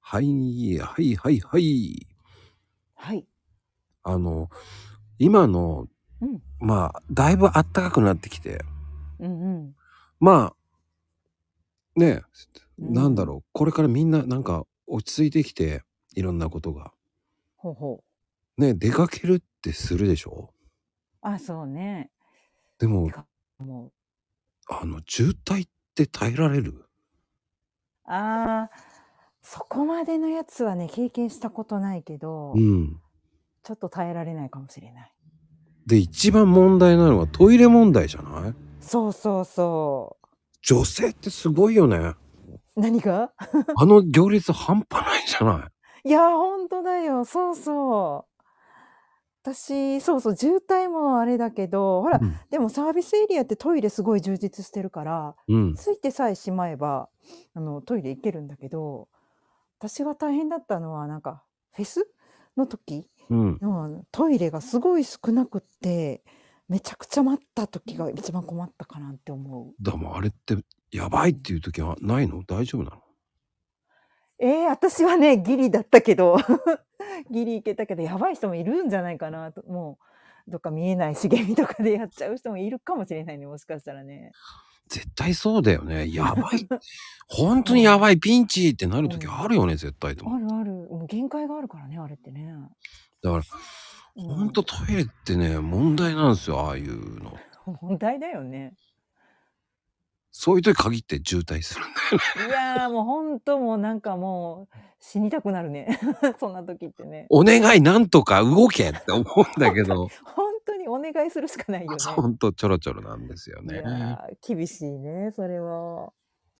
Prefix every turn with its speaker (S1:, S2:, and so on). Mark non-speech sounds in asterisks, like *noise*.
S1: はい、はい、はい、はい。
S2: はい。
S1: あの、今の、
S2: うん。
S1: まあ、だいぶあったかくなってきて、
S2: うんうん。
S1: まあ、ね、
S2: う
S1: なんだ
S2: ん。
S1: ろう、これからみんななんか落ち着いてきて、いろんなことが。
S2: ほうほう。
S1: ね、出かけるってするでしょ
S2: あ、そうね。
S1: で
S2: て
S1: も、
S2: か、もう。
S1: あの、渋滞って耐えられる
S2: ああ、そこまでのやつはね、経験したことないけ
S1: う
S2: ど、
S1: ん。
S2: ちょっと耐えられないかもしれない。
S1: で、一番問題なのはトイレ問題じゃない
S2: そうそうそう。
S1: 女性ってすごいよね。
S2: 何が *laughs*
S1: あの行列半端ないじゃない
S2: やー、ほんとだよ。そうそう。私、そうそう、渋滞もあれだけど、ほ
S1: い。
S2: ら、
S1: うん。
S2: でもサービスエリアってトイレすごい充実してるから、
S1: うん。
S2: ついてさえしまえば、あの、トイレ行けるんだけど、私が大変だったのは、なんか、フェスの時
S1: うん。
S2: のあのトイレがすごい少なくって、めちゃくちゃ待った時が一番困ったかなって思う。
S1: でもあれってやば
S2: う
S1: いっ
S2: ん
S1: ていう時はないの大丈夫なの
S2: えー、私はね、ギリだったけど、 *laughs* ギリいけたけど、やばい人もいるんじゃないかなと、もう、どっか見えない茂みとかでやっちゃう人もいるかもしれないね、もしかしたらね。
S1: 絶対そうだよね。やば *laughs* い。本
S2: う
S1: 当にや
S2: ん、
S1: ばい。ピンチってなる
S2: う
S1: 時あ
S2: ん。
S1: るよね、絶対と思
S2: あ
S1: う。
S2: るある。もう限界があるからね、あれってね。
S1: だから、
S2: う
S1: ほんと
S2: ん。
S1: トイレってね、問題なんですよ、ああいうの。
S2: 問題だよね。
S1: そういう時限って渋滞するんだよね。
S2: いやーもうほんともうなんかもう死にたくなるね。 *laughs* そんな時ってね。
S1: お願いなんとか動けって思うんだ
S2: 本
S1: け
S2: 当に、
S1: *laughs* ど、
S2: 本当にお願いするしかないよ
S1: ほ
S2: ね。
S1: んとちょろちょろなんですよ
S2: い
S1: ね。
S2: やー、厳しいね、それは。